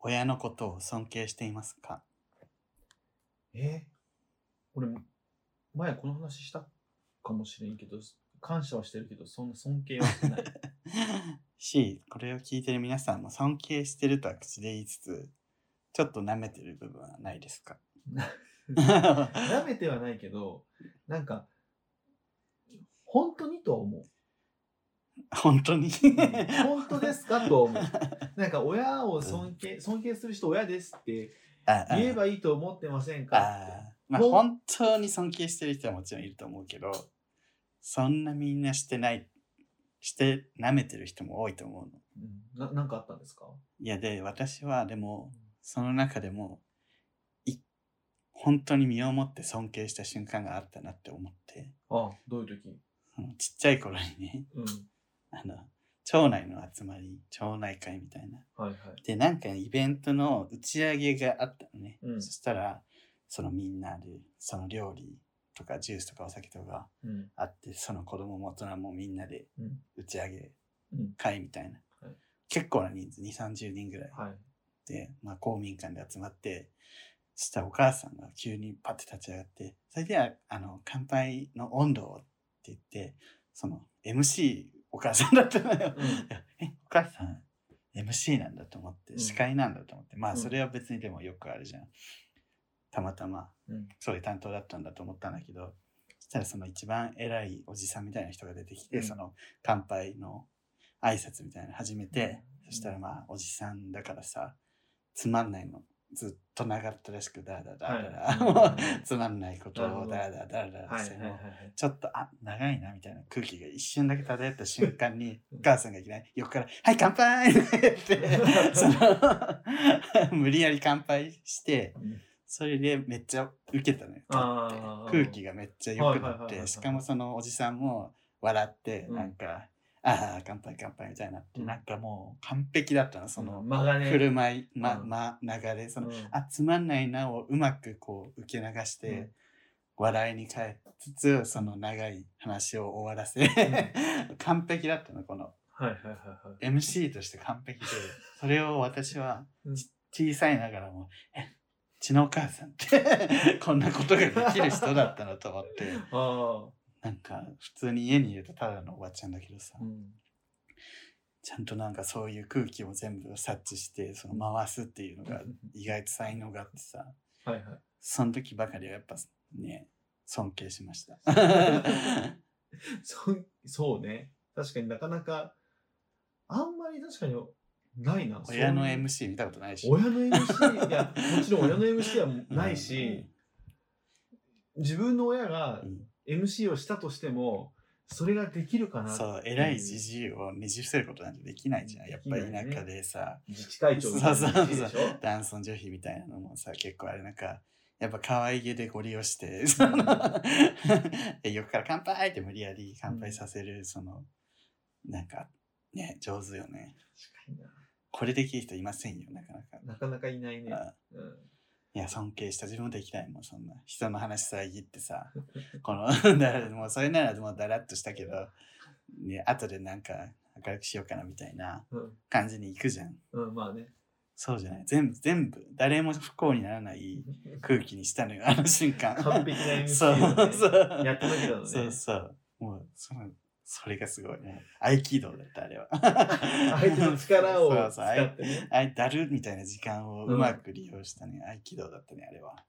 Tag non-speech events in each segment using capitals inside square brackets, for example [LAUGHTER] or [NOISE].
親のことを尊敬していますか [LAUGHS] え俺、前この話したかもしれんけど、感謝はしてるけど、そんな尊敬はしてない。 [LAUGHS] ?C、これを聞いてる皆さんも尊敬してるとは口で言いつつ、ちょっと舐めてる部分はないですか [LAUGHS] 舐めてはないけど、なんか、本当にとは思う。本当に本当ですかとは思う。なんか、親を尊敬、尊敬する人親ですってああ言えばいいと思ってませんあかって。あまあもう本当に尊敬してる人はもちろんいると思うけど、そんなみんなしてない、して舐めてる人も多いと思うの。うんななんかあったんですかいやで、私はでも、その中でも、い本当に身をもって尊敬した瞬間があったなって思って、あどういう時そのちっちゃい頃にね、 [LAUGHS] うん。あの、町内の集まり、町内会みたいな。はいはい。で、なんかイベントの打ち上げがあったのね。うんそしたら、そのみんなで、その料理とかジュースとかお酒とかうん。あって、その子供も大人もみんなでうん。打ち上げうん。会みたいな。はい結構な人数、2、30人ぐらいはい。で、まあ公民館で集まって、そしたらお母さんが急にパッて立ち上がって、それでは、あの、乾杯の温度をって言って、その MC お母さんだったのよ。うん [LAUGHS] え、お母さん MC なんだと思っうて、ん司会なんだと思って、まうあんそれは別にでもよくあるじゃん。たまたま、うん。そういう担当だったんだと思ったんだけど、そしたらその一番偉いおじさんみたいな人が出てきて、うんその乾杯の挨拶みたいなの始めて、うんそしたらまあおじさんだからさ、つまんないの。ずっと長ったらしく、だらだらだらだら、もはう [LAUGHS] いつまんないことなるほをどだらだらだらだらはいしはいてはいはも、い。ちょっと、あ、長いなみたいな空気が一瞬だけ漂った瞬間にう、んお母さんがいきなり横から、はい、乾杯って言って、その、 [LAUGHS] 無理やり乾杯して、それでめっちゃ受けたのよ。あー空気がめっちゃ良くなはいはっいはいはいはて、いしかもそのおじさんも笑って、うんなんか、ああ、乾杯乾杯みたいになって、うんなんかもう完璧だったの、そうんの、間がね振る舞い、ま、うんま、流れ、その、うんあ、つまんないなをうまくこう受け流して、うん笑いに変えつつ、その長い話を終わらせ、 [LAUGHS] 完璧だったの、このはいはいはいはい。 MC として完璧で、それを私はうんち小さいながらも、え、うちのお母さんって [LAUGHS] こんなことができる人だったのと思って、あなんか普通に家にいるとただのおばちゃんだけどさあ。う、ん。ちゃんとなんかそういう空気を全部察知して、その回すっていうのが意外と才能があってさ、はいはい。その時ばかりはやっぱね、尊敬しま [LAUGHS] した。 [LAUGHS] そそうね。確かになかなか、あんまり確かにないな。親のそういう MC 見たことないし。親の MC、いや、 [LAUGHS] もちろん親の MC はないし、自分の親がうん、うん MC をしたとしても、それができるかな。そう、偉いじじいをねじ伏せることなんてできないじゃん。やっぱり田舎でさ、自治会長みたいな感じでしょそうそうそう男尊女卑みたいなのもさ、結構あれなんか、やっぱ可愛げでご利用 [LAUGHS] して、その横から乾杯って無理やり乾杯させる、その、なんか、ね、上手よね。確かこれできる人いませんよ、なかなかに。な。なかなかいないね。あうんいや、尊敬した。自分もできないもん、そんな。人の話遮って [LAUGHS] さ、この、だらもうそれならもうだらっとしたけど、ね、後でなんか明るくしようかなみたいなうん。感じに行くじゃん。うん、まあね。そうじゃない。全部、全部、誰も不幸にならない空気にしたの [LAUGHS] よ、あの瞬間。完璧な MC そうを、ね、そう。やっただけなのねそうそう。もう、その、それがすごいね。合気道だった、あれ [LAUGHS] は。相手の力を [LAUGHS] そうそう使あいってね。あいだるみたいな時間をうまく利用したね、合気道だったね、あれは。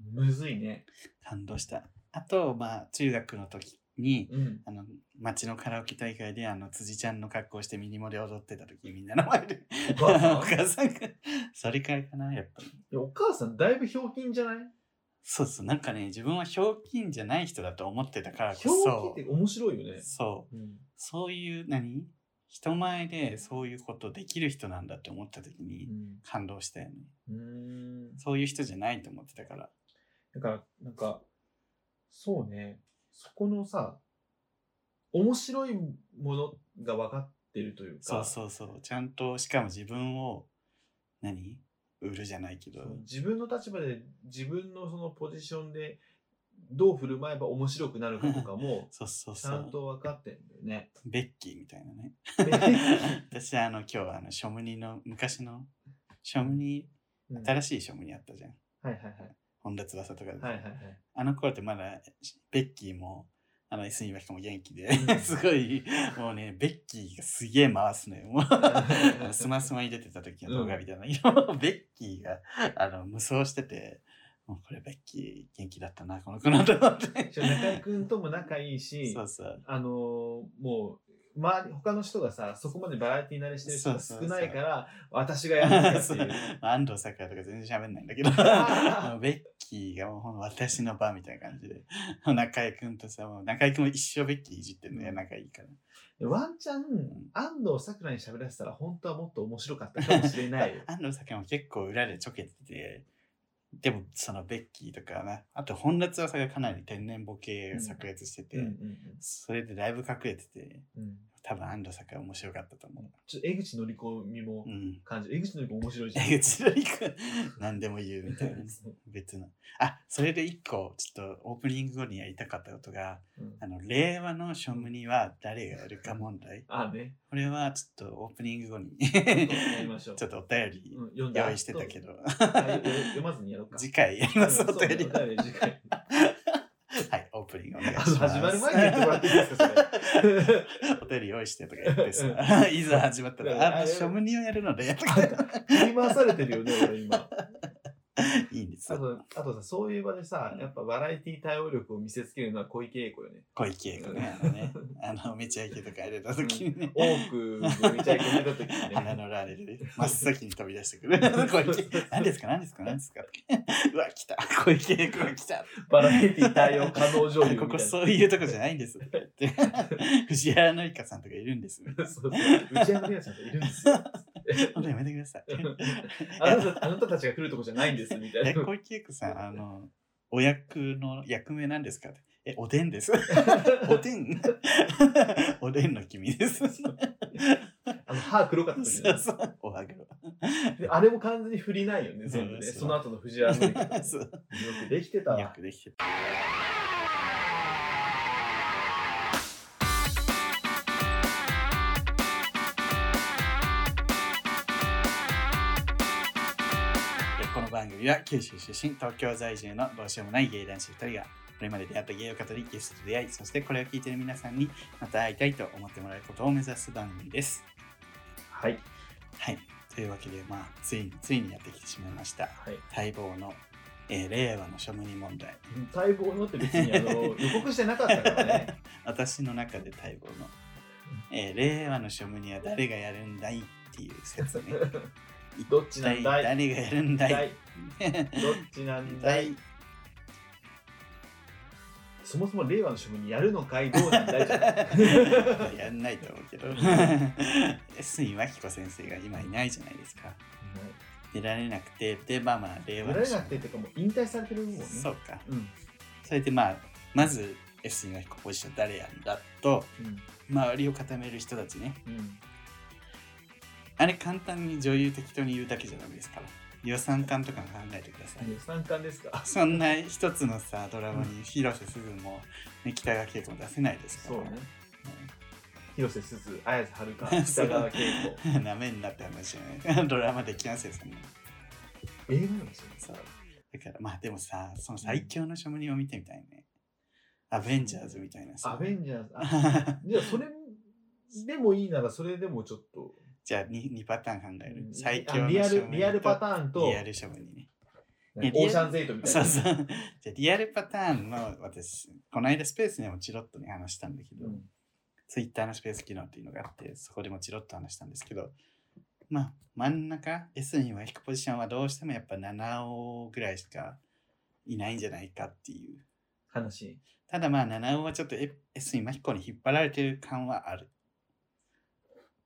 むずいね。感動した。あと、まあ、中学の時に、 [LAUGHS] うん。あの、町のカラオケ大会で、あの、辻ちゃんの格好をしてミニモで踊ってた時、みんなの前で。お [LAUGHS] お母さんい母さんが、それからかな、やっぱり。やお母さんだいぶひょうきんじゃないそうそう、なんかね、自分はひょうきんじゃない人だと思ってたからこひょうそきんっ、て面白いよね。そう、うんそういう、何人前でそういうことできる人なんだって思った時に感動したよね。うん。うんそういう人じゃないと思ってたから。だから、なんか、そうね、そこのさ、面白いものが分かってるというか、そうそうそう。ちゃんと、しかも自分を、何売るじゃないけどそ。の自分の立場で自分のそのポジションでどう振る舞えば面白くなるかとかもそうそうち [LAUGHS] そゃんう。と分かってんだよ [LAUGHS] ね。 [LAUGHS] ベッキーみたいなね。で私、あの、今日、あの、ショムニの昔のショムニ、うんはい新しいショムニあったじゃん。はいはい。本田翼とかで。はいはいはい。あの頃ってまだ、ベッキーも、あの、泉脇も元気でう、[LAUGHS] んすごい、もうね、ベッキーがすげえ回すのよ。もう [LAUGHS] あのスマスマに出てた時の動画みたいな。今ベッキーが、あの、無双してて、もうこれベッキー元気だったな、この子なと思って。しかも中居君とも仲いいしそ、うそう。あのーもう、周り他の人がさ、そこまでバラエティ慣れしてる人がそう少そうそうないから、私がやるんだってそいうう。安藤サクラとか全然喋んないんだけど [LAUGHS] あーベッキーがもうほんと私の場みたいな感じで中居君とさもう中居君も一生ベッキーいじってんのよ仲いいから。でワンチャン、安藤サクラに喋らせたら、本当はもっと面白かったかもしれないよ安藤サクラも結構裏でちょけててでもそのベッキーとかなあと本田翼がかなり天然ボケが炸裂してて、うんうんそれでだいぶ隠れててうんうん多分安藤サクラ面白かったと思ちょっと江口のりこみもううん感じる。江口のりこ面白いじゃん。江口のりこ何でも言うみたいなね別のあそれで一個ちょっとオープニング後にやりたかったことがうんあの令和のショムニは誰がやるか問題ああね。これはちょっとオープニング後に [LAUGHS] やりましちょょうっとお便りうん読んだ用意してたけどあよよ読まずにやろうか。次回やりうんますそうおだ便りはね次回はいオープニングお願いしあます始まる前にやってもらっていいですか、それ。お便り用意してとか言ってさ [LAUGHS] いざ始まったらあショムニをやるのでとか振り回されてるよ [LAUGHS] ね、俺今。いいんですあと、あとさ、そういう場でさ、やっぱバラエティ対応力を見せつけるのは小池栄子よね。小池栄子ねあのねあのめちゃイケとかやれた時にね多くめちゃイケ出た時に鼻ね。のラーレで真っ先に飛び出してく [LAUGHS] る。小池、何ですか何ですか何ですかうわ、来た。小池栄子が来た。バラエティ対応可能女優みたいな。ここそういうとこじゃないんですって言 [LAUGHS] って。藤原紀香さんとかいるんです。そうそう。内山玲奈ちゃんといる [LAUGHS] んですよ。本当やめてください。あなたあなたたちが来るとこじゃないんです、みたいえな。 [LAUGHS] 小池栄子さん、あの、お役の役名なんですかってえ、おでん [LAUGHS] です。おでん [LAUGHS] おでんの君です。あの歯黒かった時そうねそう、おはぐろ。であれも完全に振りないよね、全部ね。そうそうその後の藤原玲奈そうよくできてたよわ。くできてるでこの番組は九州出身東京在住のどうしようもない芸男子2人がこれまで出会った芸を語りゲストと出会いそしてこれを聞いている皆さんにまた会いたいと思ってもらうことを目指す番組ですはい。はいというわけでまあついについにやってきてしまいましたはい。待望の、えー令和の庶務に問題待望のって別にあの予告してなかったか [LAUGHS] らね。私の中で待望の、えー令和の庶務には誰がやるんだいっていう説ね [LAUGHS] どっちなん誰だ誰いがやるんだいどっちなんだいそもそも令和の庶民にやるのかいどうなんだいじゃ [LAUGHS] ないやんないと思うけ [LAUGHS] ど杉真紀子先生が今いないじゃないですか出られなくてでまあまあ令出和らの庶れ務なくてっていうかもう引退されてるもんね。そうかうん。それでまあまず杉真紀子ポジション誰やんだとうん。周りを固める人たちねうん。あれ簡単に女優適当に言うだけじゃダメですから予算感とかも考えてください予算感ですかそんな一つのさドラマに広瀬すずも、ね、北川景子も出せないですかそうらね。広瀬すず、綾瀬はるか、 [LAUGHS] そう北川景 [LAUGHS] 子。うんなめんなって話じゃない [LAUGHS] ドラマできますよそんな映画なんですよね。そうだからまあでもさその最強のショムニを見てみたいねアベンジャーズみたいなさアベンジャーズ。あじゃあそれでもいいならそれでもちょっと。 [LAUGHS] じゃあ 2, パターン考えるうん最強のあシリアョルムニリアルパターンとリアルショムニねなんかオーシャンズエイトみたいそな。うそうじゃあリアルパターンの私この間スペースでもチロッとね話したんだけど、うんツイッターのスペース機能っていうのがあって、そこでもチロッと話したんですけど、まあ、真ん中、S には引くポジションはどうしてもやっぱ7王ぐらいしかいないんじゃないかっていう。話。ただまあ、7王はちょっと S に真彦に引っ張られてる感はある。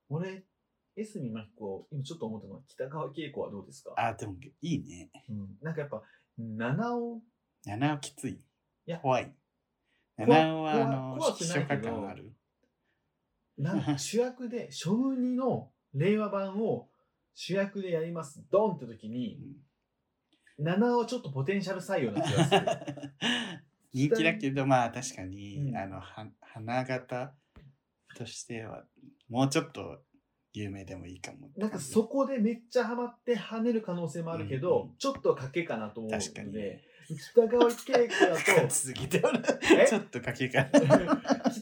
俺、江角真紀子、今ちょっと思ったのは北川景子はどうですかああ、でもいいね。うん、なんかやっぱ、七尾、 7王きつい。いや怖い。怖7王はあの、怖く秘な書いけ家ど感ある。 [LAUGHS] な主役で、ショムニの令和版を主役でやります、ドンって時うに、ん七尾ちょっとポテンシャル採用な気 [LAUGHS] がする。人気だけど、まあ確かに、うんあの、は花形としては、もうちょっと有名でもいいかも。なんかそこでめっちゃハマって跳ねる可能性もあるけど、うんうちょっと賭けかなと思う確かのにでね、北川景子だ勝とちすぎて [LAUGHS] 俺えちょっとかけが北確か川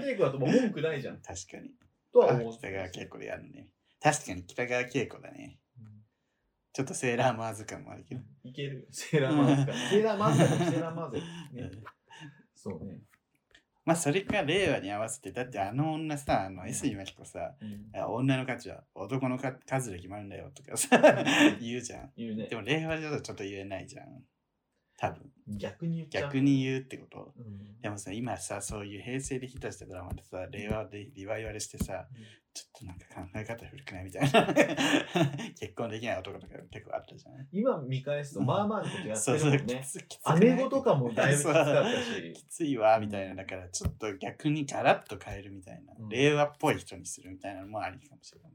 景子だともう文句ないじゃんに。とはあ思う北川景子でやるね。確かに北川景子だね。ちょっとセーラーマーズ感もあるけど。いけるセーラーマーズか [LAUGHS] セーラーマーズだとセーラーマーズ、ねうん、そうね、まあそれか令和に合わせて、だってあの女さ、あのうん S にまきこさ、うん、あ女の価値は男のか数で決まるんだよとかさ、 [LAUGHS] 言うじゃん。言うねでも令和だとちょっと言えないじゃん。多分逆に言っちゃう逆、に言うってこと。うんでもさ、今さ、そういう平成でヒットしたドラマってさ、令和でリバイバルしてさ、ちょっとなんか考え方古くないみたいな。 [LAUGHS] 結婚できない男とか結構あったじゃん。今見返すとまあまあのことやってそうるそもう、んねきつきつ姉子とかもだいぶきつかったしきついわみたいなだからちょっと逆にガラッと変えるみたいな、うん令和っぽい人にするみたいなのもありかもしれない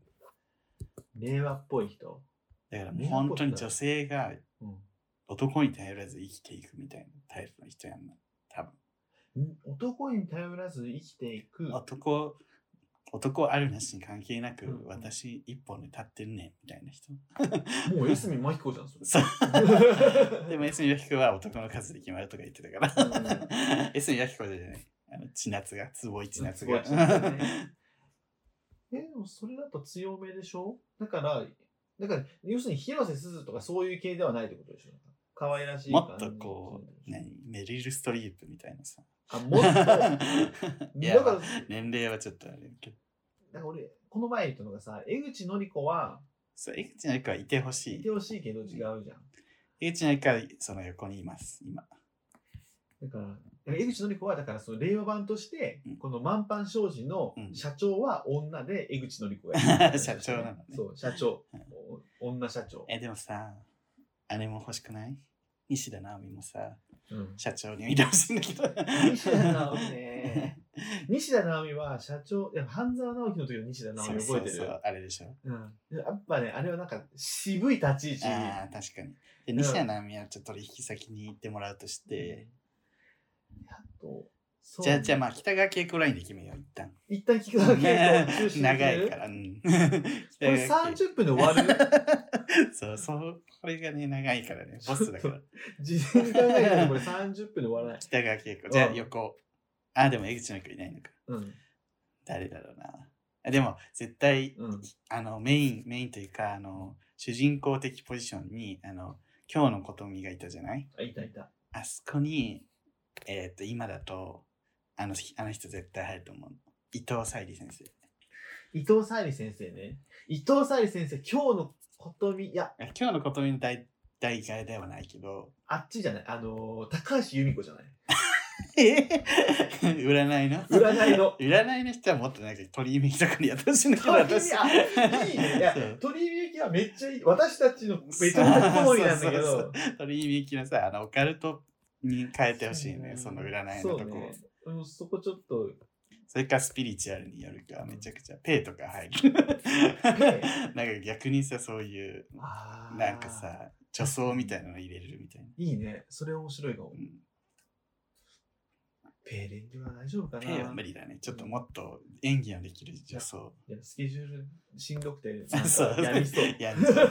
令和っぽい人、だからもう本当に女性がうん男に頼らず生きていくみたいなタイプの人やんな多分男に頼らず生きてい [LAUGHS] く男男あるなしに関係なく、うん私一本で立ってるねみたいな人もう江角真紀子じゃんそれそう [LAUGHS] ででも、エスミヤヒコは男の数で決まるとか言ってたから。エスミヤヒコじゃない。あの、千夏が、坪井千 [LAUGHS] 夏が。坪井千夏ねえでもそれだと強めでしょだからだから要するに広瀬すずとかそういう系ではないってことでしょ可愛らしいも感っじとこう、何メリル・ストリープみたいなさ。あもっと [LAUGHS] いだやか、らまあ年齢はちょっとあれだけど。なんか俺この前言ったのがさ江口のり子はそう、江口のりはいてほしいいて。ほしいけど違うじゃん江口のりはその横にいます、今。だから江口のり子はだからその令和版として、うんこの満帆商事のうん社長は女で江口のり子がい [LAUGHS] る社長なのねそう社長、うんお女社長、え、でもさ、あれも欲しくない西田直美もさ、うん社長に見てほしいんだけど。西田直美 [LAUGHS] ね。西田直美は社長いや半沢直樹の時の西田直そ美う覚そえうてるそう、あれでしょ。うん、やっぱねあれはなんか渋い立ち位置ああ、確かに。で、西田直美はちょっと取引先に行ってもらうとして、やっとそうじゃあ、じゃあまあ、北川景子ラインで決めよう、一 [LAUGHS] 旦。一旦聞くだけ中止 [LAUGHS] 長いから。うん、こ [LAUGHS] これ30分で終わる [LAUGHS] そう、そう、これがね、長いからね、ボスだから。事前に考えたらこれ30分で終わらない、北川景子。じゃあうん横。あ、でも江口の子いないのか。うん誰だろうな。あでも、絶対、うん、あの、メイン、メインというか、あの、主人公的ポジションに、あの、今日のことみがいたじゃないあいたいたあそこに、えっ、と、今だと、あの、あの人絶対入ると思う。伊藤沙莉先生。伊藤沙莉先生ね伊藤沙莉先生今日のことみいやあ今日のことみの大、大会ではないけど、あっちじゃないあのー高橋由美子じゃないえ [LAUGHS] 占いの占いの占いの人はもっとなんか鳥居みきとかにやってほしいんだけど鳥 [LAUGHS] 居私あいいねい [LAUGHS] やそう鳥居みゆきはめっちゃいい私たちのめちゃめちゃ好みなんだけそうど鳥居みゆきのさあのオカルトに変えてほしいねその占いのとこそうそ,、ねうんそこちょっ [LAUGHS] とれかスピリチュアルによるかめちゃくちゃペイとか入ペるなんか逆にさそういうあーなんかさ女装みたいなの入れるみたいな、いいねそれ面白いかもうん、ペイレンジは大丈夫かなペイは無理だねちょっともっと演技のできる女装いやスケジュールしんどくて [LAUGHS] なんそかうやりそうや [LAUGHS] りそうや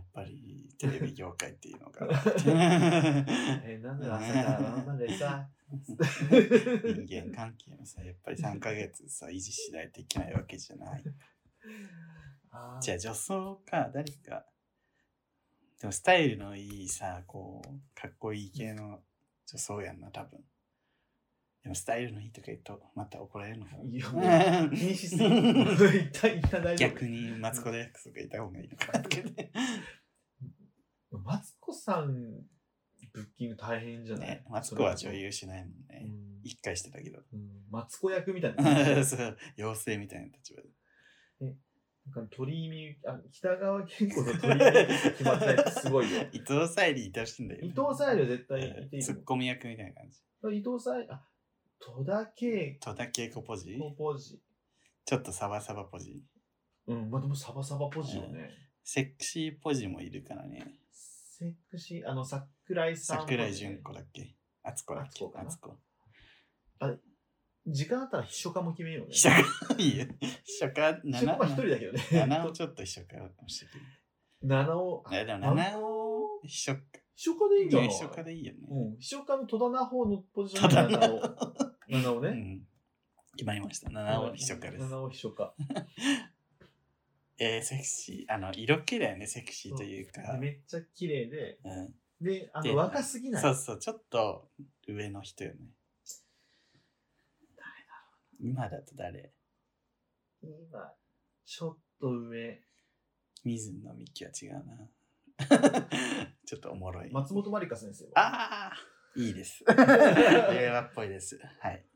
っぱりテレビ業界っていうのが [LAUGHS] えなんで朝から晩までさ人間関係もさやっぱり3ヶ月さ維持しないといけないわけじゃないあーじゃあ女装か誰かでもスタイルのいいさこうかっこいい系の女装やんな多分でもスタイルのいいとか言うとまた怒られるのかいやな気にしすぎる一旦一旦大丈夫 [LAUGHS] 逆にマツコ・デラックスとかいた方がいいのかなとかねマツコさんブッキング大変じゃない、ねマツコは女優しないもんうねん一回してた [LAUGHS] けどうんマツコ役 [LAUGHS] みたいな。そう妖精みたいな立場で。なんか鳥居みゆき、あ、北川景子と鳥居みゆきが決まったやつすごいよ [LAUGHS] 伊藤沙莉いたらしいんだよね、伊藤沙莉は絶対いていいツとッコミ役みたいな感じ思う。伊藤沙莉、あ、戸田恵戸田恵子ポジ子ポジ。ちょっとサバサバポジうん、まあ、でもサバサバポジよね。セクシーポジもいるからねセクシー、あの、桜井さん、桜井純子。だっけあつこだっけあつこかなあつこ時間あったら秘書課も決めようね。秘書秘家、いいよ。秘書家、書課は一人7、だけどね。 7をちょっと秘書家だかもしれない。七尾。いやでもあ七尾秘書秘書課でいいんじゃない秘書家でいいよね。うん。秘書課の戸棚方のポジションが七尾。七尾うね。ん決まりました。七尾秘書家です。七尾秘書課。えー、セクシー。あの、色気だよね、セクシーというか。でめっちゃ綺麗で、うんで、あでの、若すぎない。そうそう、ちょっと上の人よね。今だと誰今、ちょっと上。水野美紀は違うな。 [LAUGHS] ちょっとおもろい。松本まりか先生。ああいい [LAUGHS] です。令和っぽいです。はい。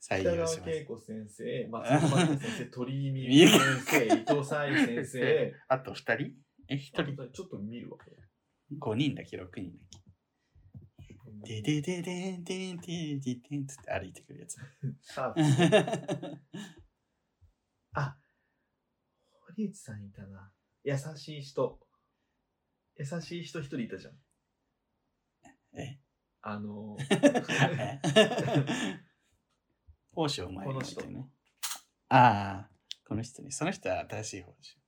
採北用川しま景す。子先生、松本まりか先生、鳥 [LAUGHS] 居美見え優先生、伊藤沙莉先生。 [LAUGHS] あと二人え、一人ちょっと見るわ。これ五人だっけ、六人だっけ。でででででででででつって歩いてくるやつ。さああ、堀内さんいたな。優しい人。優しい人一人いたじゃん。えあ [LAUGHS] の宝生前にこの人ね。ああ、この人ね。その人は新しい方でしょ。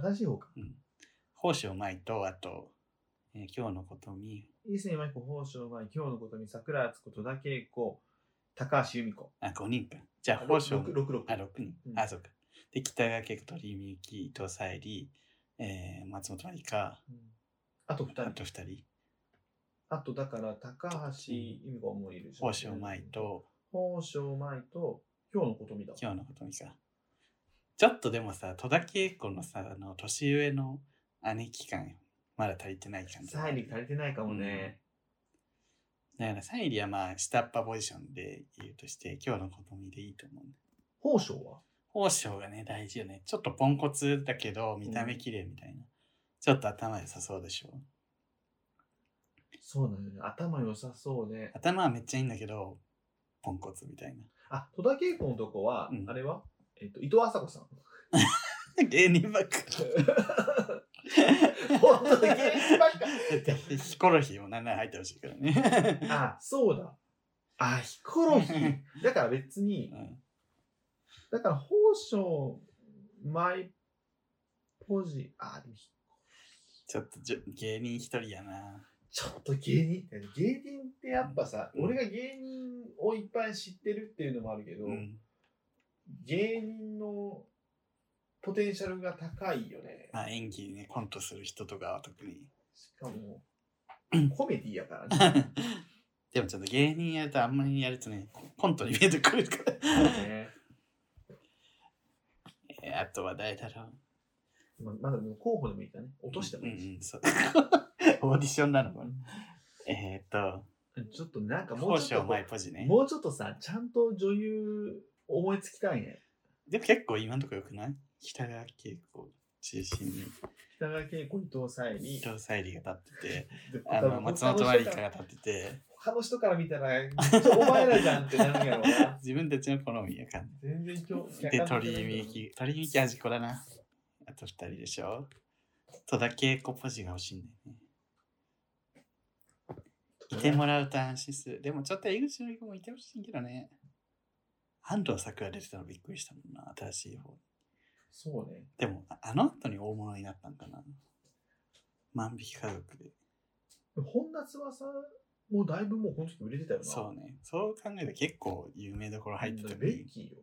新しい方か。うん。宝生前と、あと、えー今日のことに、伊勢舞子、宝生舞、今日のことに、桜敦子、戸田恵子、高橋由美子。あ、五人か。じゃあ、宝生6、6、6あ、六人。うんあ、そうか。で、北川景子、鳥居みゆき、伊藤沙莉、えー、松本まりか、うんあと2あ人。と二人、あと、だから、高橋由美子もいるじゃ宝ん。生前。と、宝生舞と、今日のことみだ。今日のことみか。ちょっとでもさ、戸田恵子のさ、あの、年上の姉貴感、まだ足りてない感じ。サイリー足りてないかもね。だから、サイリはまあ、下っ端ポジションで言うとして、今日のことみでいいと思う、ね。宝生は宝生がね、大事よね。ちょっとポンコツだけど、見た目綺麗みたいな。ちょっと頭良さそうでしょ。そうだね。頭良さそうで。頭はめっちゃいいんだけど、ポンコツみたいな。 [LAUGHS] あ、戸田恵子のとこは、うんあれはえっと、伊藤麻子 [LAUGHS] さん。芸人ばっか。本当だ芸人ばっか [LAUGHS] だってヒコロヒーもなんなら入ってほしいからね。 [LAUGHS] [LAUGHS] あ、そうだ。あ、ヒコロヒー。だから別にう、んだから、宝生、マイ、ポジ、あ、でもちょっとじゅ芸人一人やな。ちょっと芸人って、芸人ってやっぱさ、うん俺が芸人をいっぱい知ってるっていうのもあるけど、うん。芸人のポテンシャルが高いよね。まあ演技ね、コントする人とかは特に。しかも、コメディやからね。 [LAUGHS] でもちょっと芸人やるとあんまりやるとね、ココントに見えてくるから。えねーあとは誰だろう。ままだでも候補でもいいからね。落としてもいいうんし。うん、そうオーディションなのかな。えーっと、ちょっとなんかも宝うち生ょっと前ポジね。もうちょっとさ、ちゃんと女優思いつきたいね。でも結構今のとこよくない北川景子中心に北川景子、伊藤沙伊莉。藤沙莉が立ってて、であ多の分松本まりかが立ってて、。他の人から見たら、めっちゃお前らじゃんってなるんやろうな自分たちの好みやから。全然今日。で、鳥居みゆ。き。鳥居みゆき端っこだな。あと二人でしょ。戸田恵子ポジが欲しいんだよね。いてもらうと安心する。でもちょっと江口のり子もいてほしいけどね。安藤サクラ出てたのびっくりしたもんな、新しい方。そうね。でも、ああの後に大物になったんかな。万引き家族で。本田翼もだいぶもうこの時売れてたよな。そうね。そう考えたら結構有名どころ入ってただのからベッに。キーよ。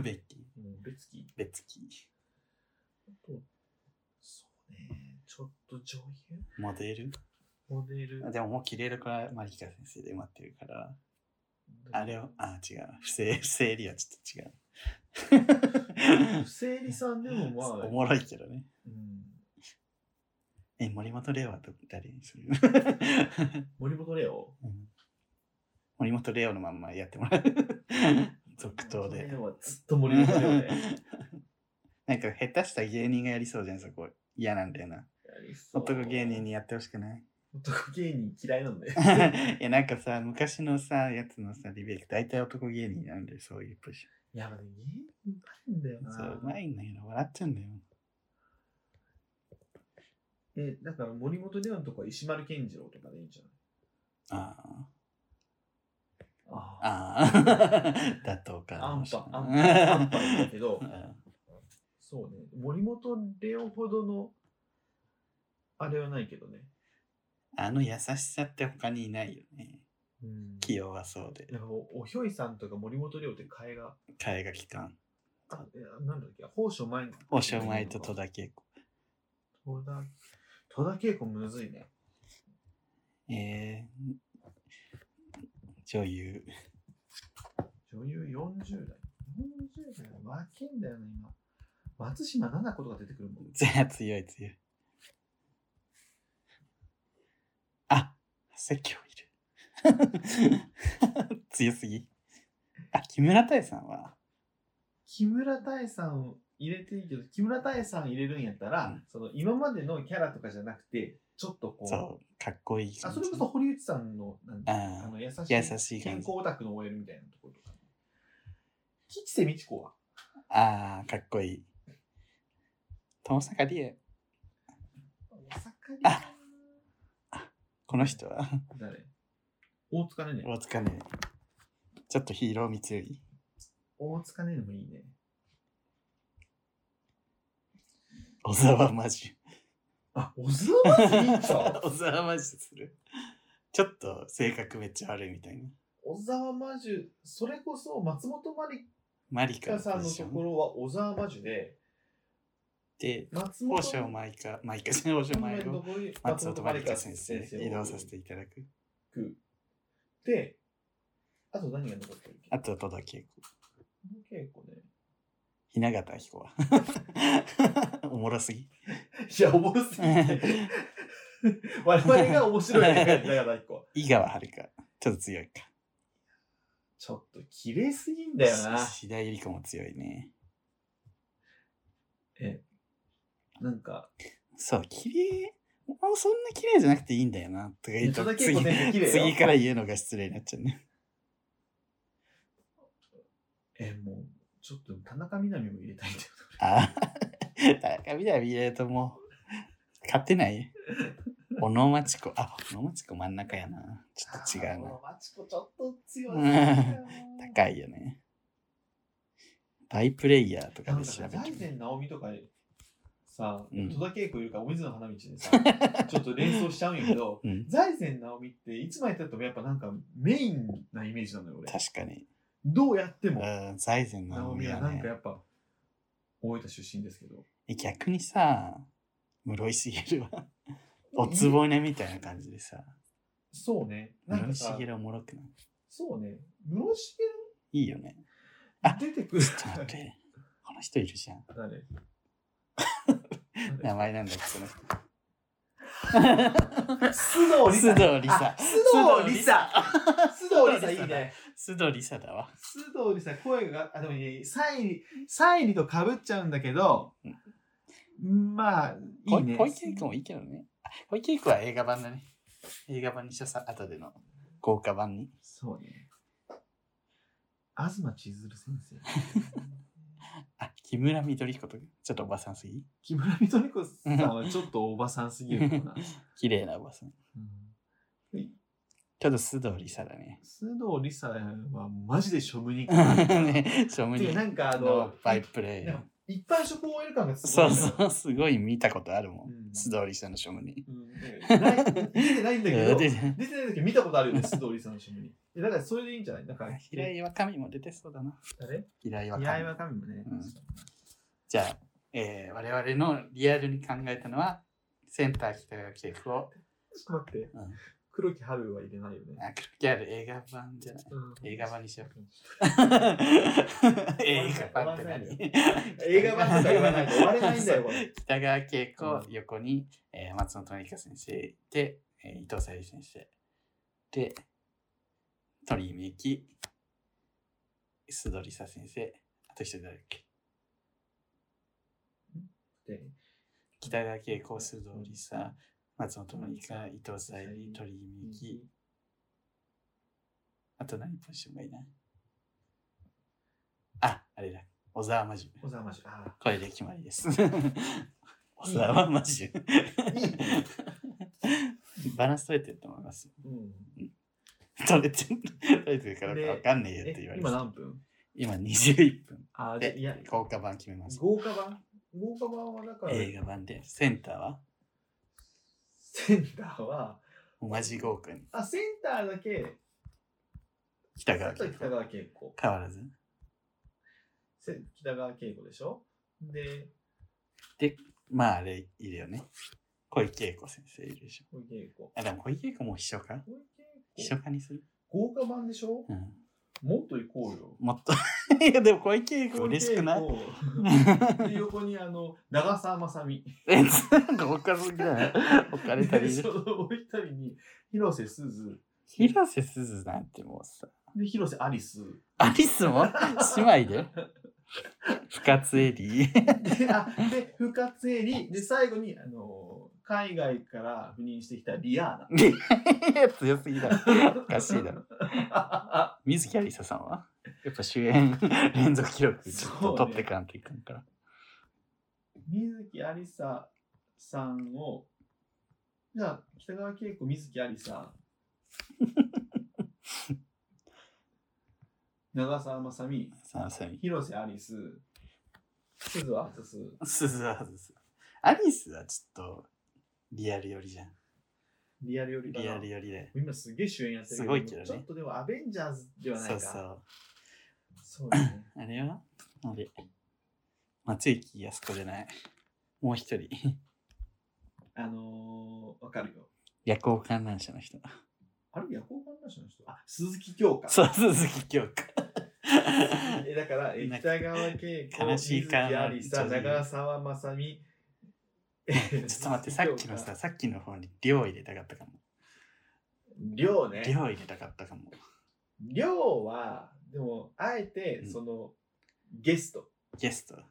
[LAUGHS] ベッキー。うん、ベツキー。ベツキそうね。ちょっと女優ー。モデルモデル。でももう綺麗だから、マリカ先生で埋まってるから。あれを、あ、違う。不正、 [LAUGHS] 不正理はちょっと違う。不正理さんでもまあお、もろいけどね。うん、え、森本レオはど [LAUGHS] 誰にする森本レオ。うん森本レオのまんまやっても [LAUGHS] らう。続投森で本。レオはずっと森本レオで。 [LAUGHS] なんか下手した芸人がやりそうじゃん、そこ。嫌なんだよな。やりそう男芸人。にやってほしく [LAUGHS] ない男芸人嫌いな [LAUGHS] んで。いや、なんかさ、昔のさ、やつのさ、リベイク、大体男芸人なんで、そういうポジシいや、でも芸人うまいんだよョン。な。そう、うまいんだけど、笑っちゃうんだよ。え、だから森本レオのとこは石丸健次郎とかでいいんじゃないああ。ああああ、 [LAUGHS] だとか。アンパ、アンパ、 [LAUGHS] アンパなんだうけど、んそうね、森本レオほどの、あれはないけどね。あの優しさって他にいないよね。うん器用はそうで。なんかおおひょいさんとか森本レオって替えが、絵画期間。あ、えなんだっけ、宝生前おしょまいと戸田恵子。戸田、戸田恵子むずいね。えー、女優。 [LAUGHS] 女優40代。40代は若いんだよね、今。松島奈々子とか出てくるもん。じゃあ強い強い。あ、説教いる。 [LAUGHS] 強すぎ。あ、木村多江さんは。木村多江さんを入れていいけど、木村多江さん入れるんやったら、うんその今までのキャラとかじゃなくて、ちょっとこう、そう、かっこいいあ感じ。それこそ堀内さんのなんだあーあの優しい優しい健感じ康オタクの OL みたいなところとか。吉瀬美智子はあー、かっこいい。友坂理恵、大阪にあこの人は。誰大塚ねね。大塚ね。ちょっとヒーロー光頼。大塚ねねもいいね。小沢マジ。あ、小沢まずいいんちゃう [LAUGHS] 小沢マジする。ちょっと性格めっちゃ悪いみたいな。小沢魔獣、それこそ松本まりマリカかのさポんジのシとョこンろは小沢魔獣で、で、松王本将マイカ、マイカじゃない王将マイのをところに松本マリカカ先生に移動させていただく。く。で、あと何が残ってるっけあと、戸田恵子。結構ね。雛形彦は。 [LAUGHS] おもろすぎ。いや、おもろすぎて。我々が面白いね。だから一個。井川遥か。ちょっと強いか。ちょっと綺麗すぎんだよ [LAUGHS] な。し白井由里子も強いね。え、なんか、そう、綺麗。もうそんな綺麗じゃなくていいんだよな。とか言うと戸田恵次子先生綺麗よ次から言うのが失礼になっちゃうね。え、もう、ちょっと田中みな実も入れたいんだよああ、 [LAUGHS] 田中みな実入れるともう、勝てない。小野町子。あ、小野町子真ん中やな。ちょな。っと [LAUGHS] 違うあなー。マチコちょっと強い。 [LAUGHS] 高いよね。バイプレイヤーとかなんでか調さ、べ財て前直美とかさ、うん戸田恵子いるからお水の花道 [LAUGHS] でさ、ちょっと連想しちゃうんやけど、うん、財前直美っていつまでたってもやっぱなんかメインなイメージなのよ、俺。確かに。どうやっても、うん、財前直直美美ははなんねか。やっぱ、大分出身ですけど。え逆にさ、室井茂は、おつぼねみたいな感じでさ、そうね。なん室井かさ、茂おもろくないそうね。室井茂いいよね。あ出てくるちょっと待って、この人いるじゃん。誰名前なんだっけ、その人。須藤須理藤理沙あ。須藤理沙。須藤須藤理理沙沙いいね。須藤理沙だわ。須藤理沙声が、あ、でもね、サイリ、サイリと被っちゃうんだけど、まあ、い小いね。小池栄子もいいけどね。あ小池栄子は映画版だね。映画版にしたさ、後での豪華版に。そうね。東千鶴先生。 [LAUGHS] あ、木村緑子とか、ちょっとおばさんすぎ。木村みどり子さんはちょっとおばさんすぎるかな。綺麗なおばさん。うんはいちょっと須藤理沙だね。 [LAUGHS] 須藤理沙はマジで庶務人 [LAUGHS] ね、庶務てかな人んかあのの、バイプレイなんか一般職 OL 感がすそごうい。そう、すごい見たことあるもん。うん須藤理沙の庶務人。うんない出てないん [LAUGHS] だけど、で出てない時見たことあるよね、須藤理沙の [LAUGHS] 庶務に。えだからそれでいいんじゃないなんか、平井若美も出てそうだな。誰平井若平井美。は神もね。うんじゃあ、えー我々のリアルに考えたのは、センター北川景子を、ちょっと待って、うん黒木春は入れないよね。あ、クロキャル映画版 [LAUGHS] じゃない。うん映画版にしよう。映映画画版版っってて何何映画版とか言わないと終われないんだよ、これ。北川景子、う横に、えー松本まりか先生で、えー伊藤沙莉先生で鳥居みゆき須戸理沙先生あと一人誰だっけで北川景子須戸理沙松本まりか伊藤沙莉鳥居みゆきあと何ポジションがいないああれだ小沢真珠小沢真珠。あこれで決まり [LAUGHS] です。お皿はマジで。バランス取れてると思います。ーうん取れてる、取れてるからかわかんねえよって言わえれま今した。何分今21分あ、じゃあいやで、、豪華版決めました。豪華版豪華版はだから、映画版で、センターはセンターは、同じ豪華に。あ、センターだけ、北川センタ景子。ー北川景子。変わらず。せ北川景子でしょで、まあ、あれ、いるよね。小池栄子先生いるでしょ。小池栄子。あ、でも小池栄子も秘書か秘小池栄書家にする子。豪華版でしょうん。もっと行こうよ。もっと。 [LAUGHS] いや、でも小池栄子嬉しくない小池栄子で横にあの、長澤まさみ。え、なんかおかしく [LAUGHS] ないおかれたりで。 [LAUGHS] そのもう一人に、広瀬すず。広瀬すずなんてもうさ、で、広瀬ア [LAUGHS] リス。アリスも姉妹で深津絵里。で、あ、で、深津絵里。で、最後に、あの、海外から赴任してきたリアーナ。いや強すぎだろ。おかしいだろ。水木有沙さんはやっぱ主演 [LAUGHS] 連続記録ちょっと取ってかんといかんから。 [LAUGHS] 水木有沙さんを、じゃあ、北川景子、水木 [LAUGHS] 有沙。長澤まさみ、さあ、さみ。広瀬アリス、鈴は外す。すずはずす。アリスはちょっとリアル寄りじゃん。リアルよりだリアなル寄りで。今すげえ主演やってるすごいけどねちょっとでもアベンジャーズではないそか。うそう。そう [LAUGHS] だね。あれはあれ。松雪康子じゃない。もう一人。あのー、わかるよ。 [LAUGHS] 夜行観覧車の人。あれ夜行観覧車の人あ、鈴木京香。そう、鈴木京 [LAUGHS] 香。 [LAUGHS] えだから、えなんか北川景子、悲水しい木感有沙、ちょっと長澤まさみ。ち [LAUGHS] ょちょっと待って、さっきのさ、。さっきの方に量入れたかったかも。量ね。量入れたかったかも。量は、でも、あえてう、んその、ゲスト。ゲスト。 [LAUGHS]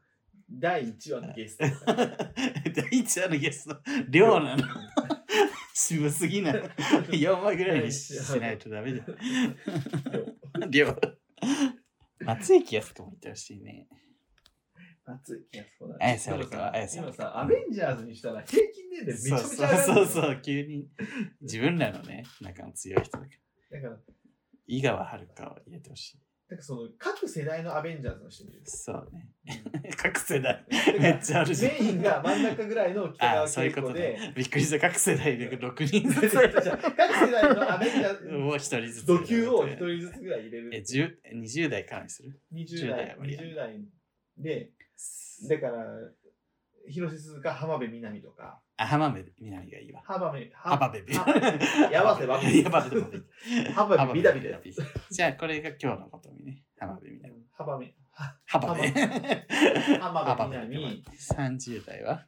第1話のゲスト。第一話のゲスト、量なの。 [LAUGHS] 渋すぎない。4話ぐらいにししないとダメじゃん。 [LAUGHS] 量。松雪康子もいてほしいね。熱い気がする。綾瀬はるかは今綾瀬さは今るかさ、アベンジャーズにしたら平均年齢めちそゃうめちそうゃ上がる。そうそうう、急に。自分らのね、仲の強い人だから。だから、井川遥を入れてほしい。なんかその、各世代のアベンジャーズの人にいる。そうね。 [LAUGHS] 各世代。うんめっちゃあるじゃんメインが真ん中ぐらいの北ああ、川そうい景うこ子とで、ね。びっくりした。各世代で6人各ずつ。世代のアベンジャーズもう一人ずつ。土球を一人ずつぐらい入れ [LAUGHS] え、る。 10 20代からにする20 10代代、は無理だ20代で、だから、広瀬すずか浜辺美波とか、あ、浜辺美波がいいわ。浜辺、浜辺美浜 [LAUGHS] 辺波。やばせばやばせばび。浜辺美波だよ。波。じゃあ、これが今日のことみね。浜辺美波。浜辺、浜辺。浜辺美波30代は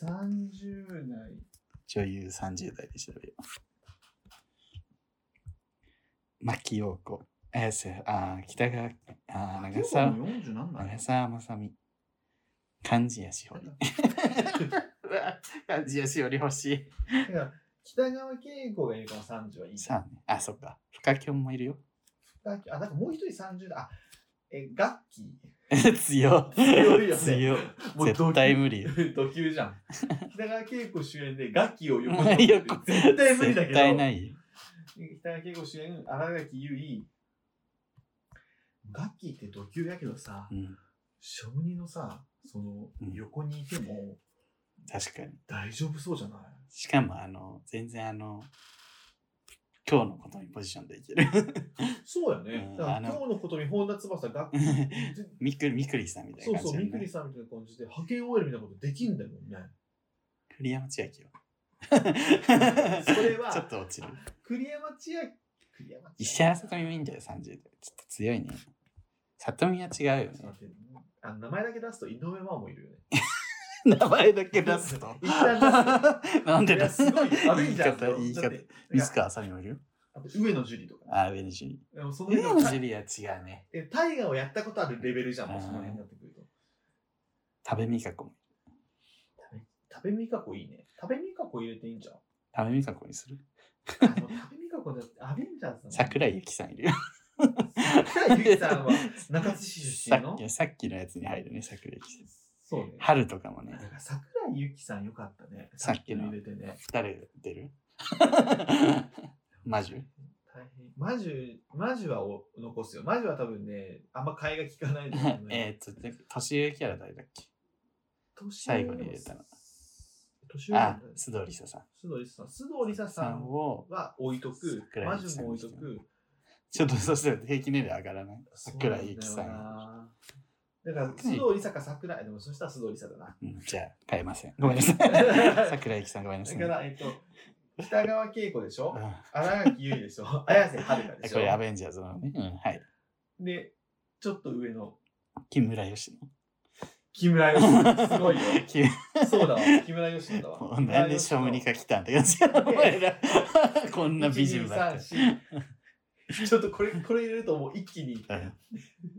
30代、女優30代で調べよう。牧陽子。綾瀬、あー、北川、あー、長澤。 40何なの長澤まさみ。漢字やしほり。 [LAUGHS] うわ漢字やしほり欲しい。だから北川景子がいるから30はいい。さあね。あ、そっか。深きょんもいるよ。 [LAUGHS] あ、なんかもう一人30代、あ、え、ガッキー。強強いよね強いもう絶対無理よ。 [LAUGHS] ド級じゃん。北川景子主演で楽器を横に置横くって絶対無理だけ絶対ど。ないよ。北川景子主演、新垣結衣。楽器ってド級やけどさう、ん、小児のさ、そのうん横にいても確かに。大丈夫そうじゃないしかも、あの、全然あの、今日のことにポジションでいける。 [LAUGHS] そうやうねん。だからあの今日のことに本田翼楽 [LAUGHS] 器。ぜみくみくりさんみたいそうな感そじう、だみねくりさんみたいな感じで派遣 OL みたいなことできんだもんね。 [LAUGHS] 栗山千明よ。それはちょっと落ちる。栗山千明、栗山千明石原さとみもいいんだよ、30代。ちょっと強いね。さとみは違うよねちょっと。待ってあ名前だけ出すと井上真央もいるよね。名前だけ出すと。 [LAUGHS] 一旦 [LAUGHS] なんでいやだすごいよアベ言ンいジャー方ズの、言いだ方っ。て水川あさみもいるよ。あと上野樹里とか。あ、ベネジュリ。でもそのベ辺ネジュのリは違うね。え大河をやったことあるレベルじゃん、もうそのあー辺になってくると。多部未華子も。食べみかこいいね。食べみかこ入れていいんじゃん。多部未華子にするあでも食べみかこだってアベンジャーズだもん。桜井由紀さんいるよ。桜井ゆきさ [LAUGHS] んは中津市出さっ身のきさっきのやつに入るね、桜井由紀さん。そうね。春とかもねだ。から桜井ゆきさんよかったね。 [LAUGHS] さっきの入れてね。誰出るマジュ大変。マジュ、マジュはお残すよ。マジュは多分ね、あんま替えが利かないんだよえ [LAUGHS] ね。っと、で年上キャラ誰だっけ年最後に入れたの。年上あなんだよ、ね須藤理沙さん。須藤理沙さん。須藤理沙ささんんを、は置いとく。桜マ井ジさんュも置いとく。ちょっとそしたら平均年齢上がらない。そうな桜んだ井よゆきさん。な。だから、須藤理沙か桜井。でも、そしたら須藤理沙だな。うん、じゃあ、変えま [LAUGHS] せん。ごめんなさい。桜井ゆきさん、ごめんなさだい。から、えっと、北川景子でしょうん新垣結衣でし [LAUGHS] ょ綾瀬はるかでしこれ、アょベンジャーズのね。うん、はい。で、ちょっと上の木村よし木村よし [LAUGHS] すごいよ。木村そうだわ。木村よしだわ。もうなんでショムニカ来たんだよ。 [LAUGHS] 俺ら、こんな美人ばっかり。 1 2 3 4ちょっとこれ、これ入れるともう一気に、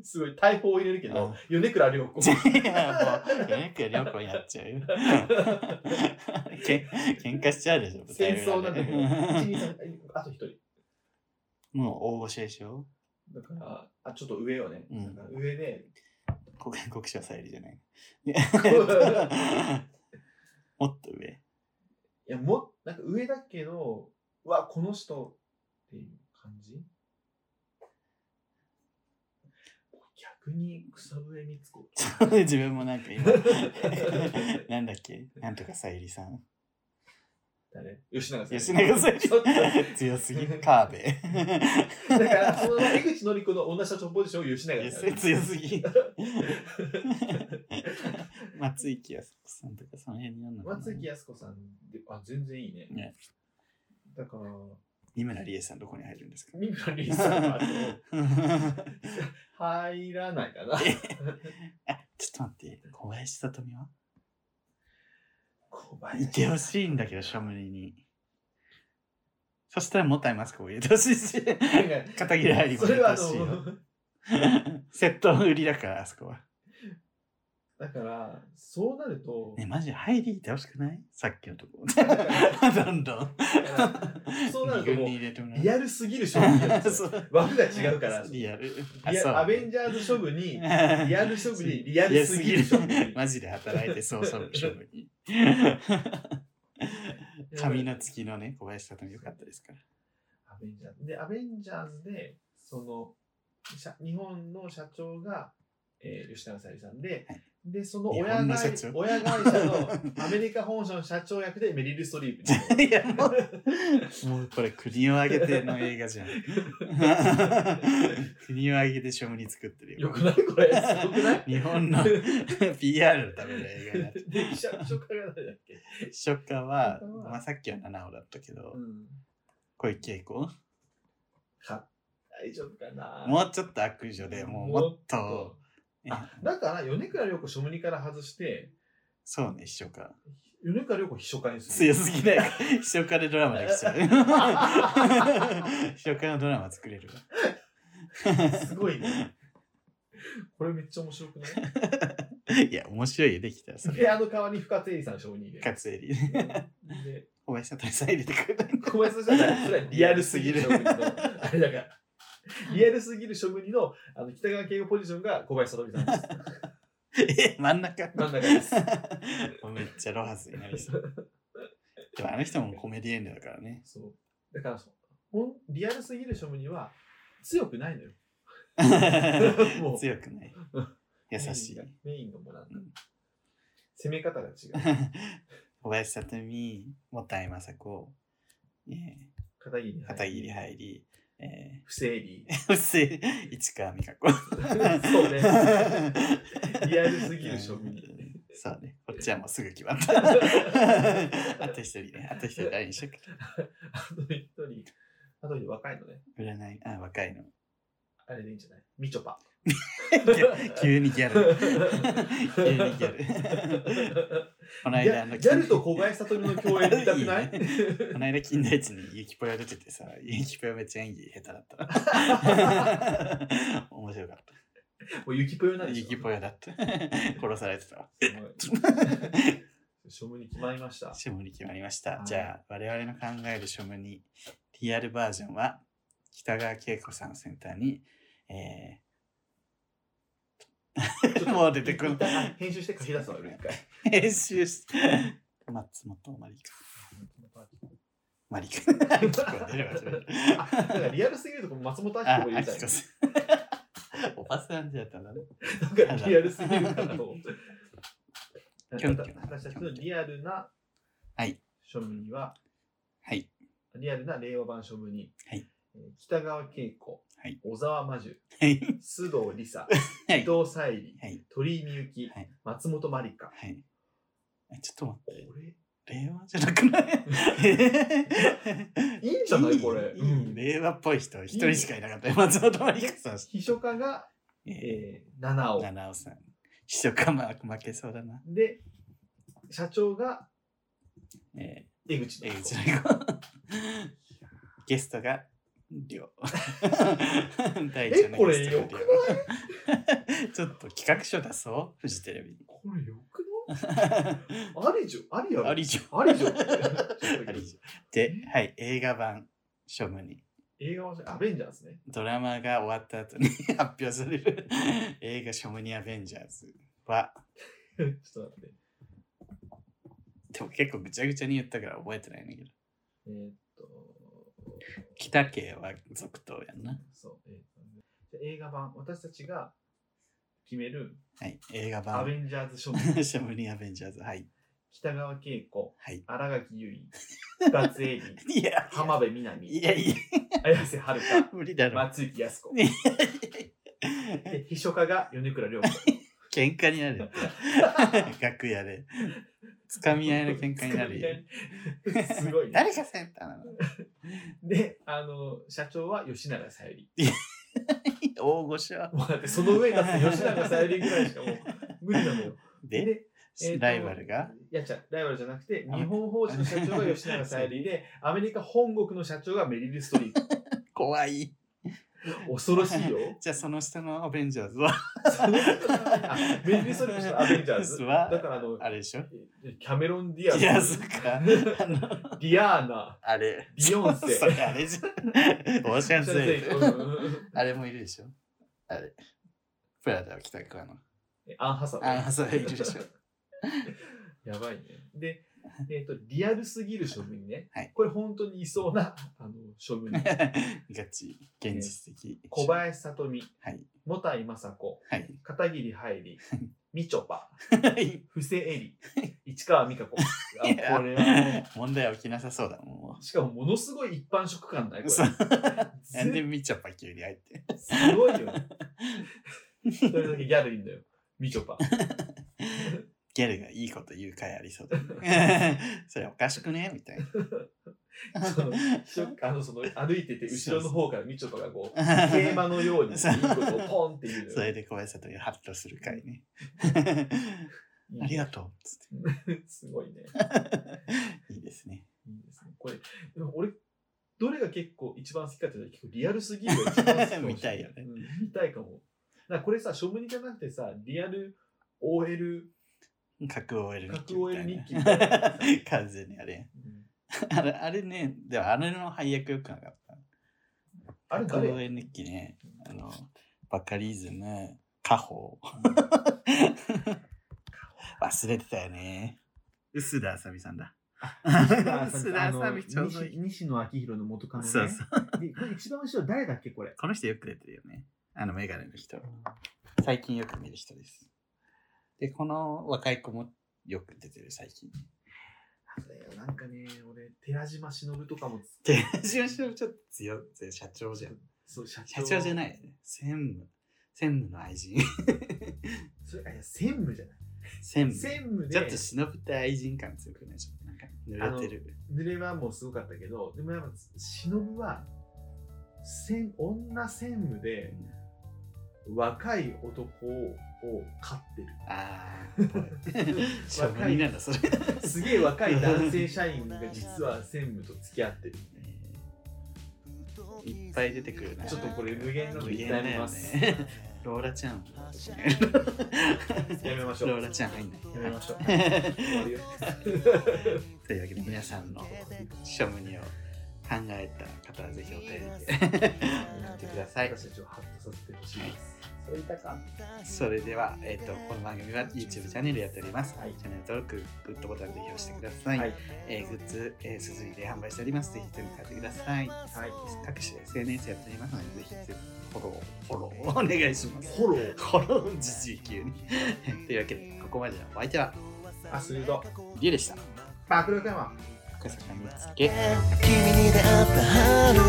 すごい大砲を入れるけうんど、米倉涼子。 [LAUGHS] いや、もう、米倉涼子になっちゃうよ。けん喧嘩しちゃうでしょ。舞戦台争裏なんでだけど、1 2 3あと一人。 [LAUGHS] もう大御所でしょだから、あ、ちょっと上よね。うんだから上で、 [LAUGHS] [LAUGHS] 国国書さゆりじゃない。 [LAUGHS] もっと上。 [LAUGHS] いや、も、なんか上だけど、うわ、この人っていう感じ逆に草笛光子。自分もなんか今 [LAUGHS] なんだっけなんとかさゆりさん誰吉永さん。吉永さゆりちょっと強すぎカーベだから、その江口のり子の女社長ポジションを吉永さん。強すぎ [LAUGHS] 松井清さんとかその辺になるのかな [LAUGHS] 松木康子さんで、あ、全然いいね。ねだから、三村理恵さんどこに入るんですか三村理恵さん [LAUGHS] はあの入らないかな。あちょっと待って小林さとみは小いてほしいんだけどシャムリにそしたらもったいますかを入れてほしいしなんか片桐入りもそ入れれてはあほしいよの、セット売りだからあそこはだから、そうなると、ねマジハイリーって欲しくないさっきの [LAUGHS] とこだからどんどんそうなると二軍もうに入れてもらうリアルすぎる商品や [LAUGHS] つそう枠が違うから。 [LAUGHS] リアルリアアベンジジャーズ処分 [LAUGHS] に、ャリアル処分にリアルすぎる処処分分 [LAUGHS] マジで働いてそうそう処分 [LAUGHS] に髪の付きのね小林さんも良かったですからアベンジャーズ。で、アベンジャーズで、その、社日本の社長が、えー吉永さゆりさんで、で、その日親本の会社親長会社の [LAUGHS] アメリカ本社の社長役でメリル・ストリープに。いやもうもうこれ国を挙げての映画じゃん [LAUGHS] 国を挙げて処分に作ってるよくないこれ。すごくない日本 [LAUGHS] の PR のための映画になってるで、社長からなんだっけ。ショッカーはショッカー、はまあ、さっきは七尾だったけど、うん。小池栄子か大丈夫かなもうちょっと悪女でもうもっと、ねあだから、米倉涼子、庶務にから外して、そうね、秘書家。米倉涼子、秘書官にする。強すぎ [LAUGHS] ない。秘書家でドラマできちゃう。秘書家のドラマ作れるわ。すごいね。これめっちゃ面白くない [LAUGHS] いや、面白いよ、できたらそで、れ。あの川に深津絵里さん小児入れる。勝エリ。で、小林さん、たくさん入れてくれた。小林さんじゃないそれは [LAUGHS] リアルすぎる職人の、あれだから、リアルすぎる職人のあの北川景子ポジションが小林聡美さんです。え、真ん中。真ん [LAUGHS] 中ですもうめっちゃロハスになりそう。でもあの人もコメディエンドだからね。そう。だからそうほん、リアルすぎる職人は強くないのよ。 [LAUGHS] もう強くない。優しい。メインがメインのもなんだうん攻 [LAUGHS] め方が違う。小林さとみ、もたいまさこ、え片桐ー、片桐入り、え不 [LAUGHS] 正理。ー、そして市川美香子。そう [LAUGHS] ね。リアルすぎる職人。そうね、こっちはもうすぐ決ま [LAUGHS] った。あと一人ね、あと一人誰にしようか。あと一人、あと一人若いのね。占い、あ、若いの。あれでいいんじゃないみちょぱ。急にギャ [LAUGHS] ル。急にギャル。このギ間、あャの、ギャルと小林悟の共演見たくな [LAUGHS] いいいこの間、金田一にゆきぽよ出てて [LAUGHS] さ、ゆきぽよめっちゃ演技下手だった。 [LAUGHS] 面白かっもう雪ぽよなた。んでしゆきょぽよだ [LAUGHS] った。殺されてたわ。すごい処分に決まりました。書務に決まりました。はいじゃあ、我々の考える書務に、リアルバージョンは、北川景子さんセンターに、え [LAUGHS] ー、もう出てくる一。旦編集して書き出すわ、俺一回。編集し、松本まりか。マリック。聞こえてるわそれあだからリアルすぎるとこ松本明子あ、あがき言いたいこ。さん。 [LAUGHS] おばさんじゃったんだね。なんかリアルすぎるかなと思って。キョンキョン私たちのリアルなはい庶民には、はい。リアルな令和版庶民に、はいえー北川景子、はい小沢真珠、はい。 [LAUGHS] 須藤理沙、は伊い。藤沙莉、はい。鳥居みゆき、はい松本まりか。はい。えちょっと待こって、令和じゃなくない [LAUGHS] れ、いいんじゃないこれ。いいいい令和っぽい人、一人しかいなかったよ。松本まりかさん。秘書家が、ええー、七尾ー、。七尾さん。秘書かま負けそうだな。で、社長がえ江口ー、えのー、子うちの子。ゲストが、りょう。[LAUGHS] 第一え、これよくないちょっと企画書出そう、フジテレビに。これよくないありじょありやろありじょ。あ [LAUGHS] りじょってありじょ。で、はい、映画版、ショムに。映画はアベンジャーズね。 [LAUGHS] ドラマが終わった後に [LAUGHS] 発表される [LAUGHS] 映画「ショムニア・ベンジャーズは」ちょっと待って。でも結構ぐちゃぐちゃに言ったから覚えてないんだけどえーっと、北家は続投やんな、そう、えーっとねじゃあ映画版、私たちが決めるはい、映画ア版ベンジャーズ書 [LAUGHS] 「ショムニア・ベンジャーズ」はい北川景子、はい新垣結衣、 [LAUGHS] 深津絵里、いや浜辺美い波、やいや綾瀬はるか、無理だろ松雪靖子。いやいやいやで、秘書家が米倉涼子。喧嘩になるよ [LAUGHS] 楽屋でつかみ合いの喧嘩になるよすごい、ね。誰がセンターなので、あの、社長は吉永小百合。大御所はもうだってその上に立つ吉永小百合ぐらいしかもう無理なのよ。で、えーとライバルがいやちゃライバルじゃなくて、あ日本法人の社長が吉永小百合で、 [LAUGHS] アメリカ本国の社長がメリル・ストリート。怖い恐ろしいよ。 [LAUGHS] じゃあその下のアベンジャーズはそのあメリル・ストリートしたアベンジャーズ。はだからあの、あれでしょキャメロン・ディアいや、そっか。あの、ディアーナ、あれ。ビヨンセ [LAUGHS] それあれじゃ [LAUGHS] ん。オーシャンズエイトうんうんうんあれもいるでしょあれ。プラダを着た子の。アン・ハサウェイアンハサウェイいるでしょ。やばいね。で、えっ、と、リアルすぎる処分ね。はいこれ本当にいそうなあの処分。ガチ、現実的。小林さとみ、はい。もたいまさこ、はい。片桐はいり、 [LAUGHS] みちょぱ、い布施えり、市川美香 [LAUGHS] 子。あやこれは [LAUGHS] も問題は起きなさそうだもうしかもものすごい一般職感なん。いこれ。そう。 [LAUGHS] なんでぜみちょぱ急に入って。すごいよ。それだけギャルいいんだよ。みちょぱ。ギャルがいいこと言う回ありそう [LAUGHS] だね。それおかしくねみたいそのあのその歩いてて後ろの方からみちょぱがこう、な。桂馬のようにいいそうことをポンって言うのよそれで小林さんとハッとする回ね。ありがとうっつっすごいね。て。いいですね。いいですね。これ、でも俺、どれが結構一番好きかっていうと、結構リアルすぎるが一番好きかもしれ [LAUGHS] な見たいよねうん見たいかも。だからこれさ、ショムニじゃなくてさ、リアル OL、格を得る格を得る日記みみたたいいなな完全にあれ。うんあれ、あれね、でもあれの配役よくなかった。あれ格を誰得る日記ね、あの、バカリズム、カホ。忘れてたよね。薄田あさみさんだ。薄田あさみちょうどいい。西野昭弘の元カそうそう。でこれ一番後ろ誰だっけこれ。この人よく出てるよね。あのメガネの人。最近よく見る人です。で、この若い子もよく出てる最近。あれよなんかね、俺、寺島しのぶとかも、で、私はちょっと強い。社長じゃん。そう、社長社長じゃないよ。ね。専務。専務の愛 [LAUGHS] 人。それあいや専務じゃない。専務。専務で。ちょっと忍って愛人感強くないちょっとなんか濡れてる。濡れはもうすごかったけどでもやっぱ忍はせん女専務で若い男を飼ってるああー、ぽい。 [LAUGHS] しょぼりなんだ、 [LAUGHS] それ。すげえ若い男性社員が実は専務と付き合ってるいっぱい出てくるな。ちょっとこれ無限なの無い限っぱいあだりよます、ね。ローラちゃんも。やめましょうローラちゃん入んない。やめましょうはい [LAUGHS] 終わるよというわけで皆さんのショムニを考えた方はぜひお便りで送ってください。私たちをハッとさせてほしいです。それ言いたかそれでは、えっとこの番組は YouTube チャンネルやっております。はいチャンネル登録、グッドボタンぜひ押してください。はい。えーグッズ、えー、すずりで販売しております。ぜひ手に買ってください。はい。各種 SNS やっておりますので、ぜひぜひフォロー、フォローお願いします。フォローフォロー自治急に。 [LAUGHS] というわけで、ここまでのお相手は、アスリート、リュウでした。パークルカマ。深坂みつけ。君に出会った春の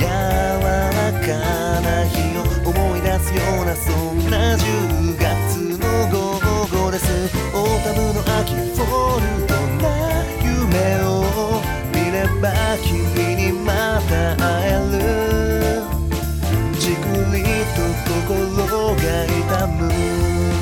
柔らかな日を思い出すようなそんな10月の午後ですオータムの秋フォルトな夢を見れば君にまた会えるじくりと心が痛む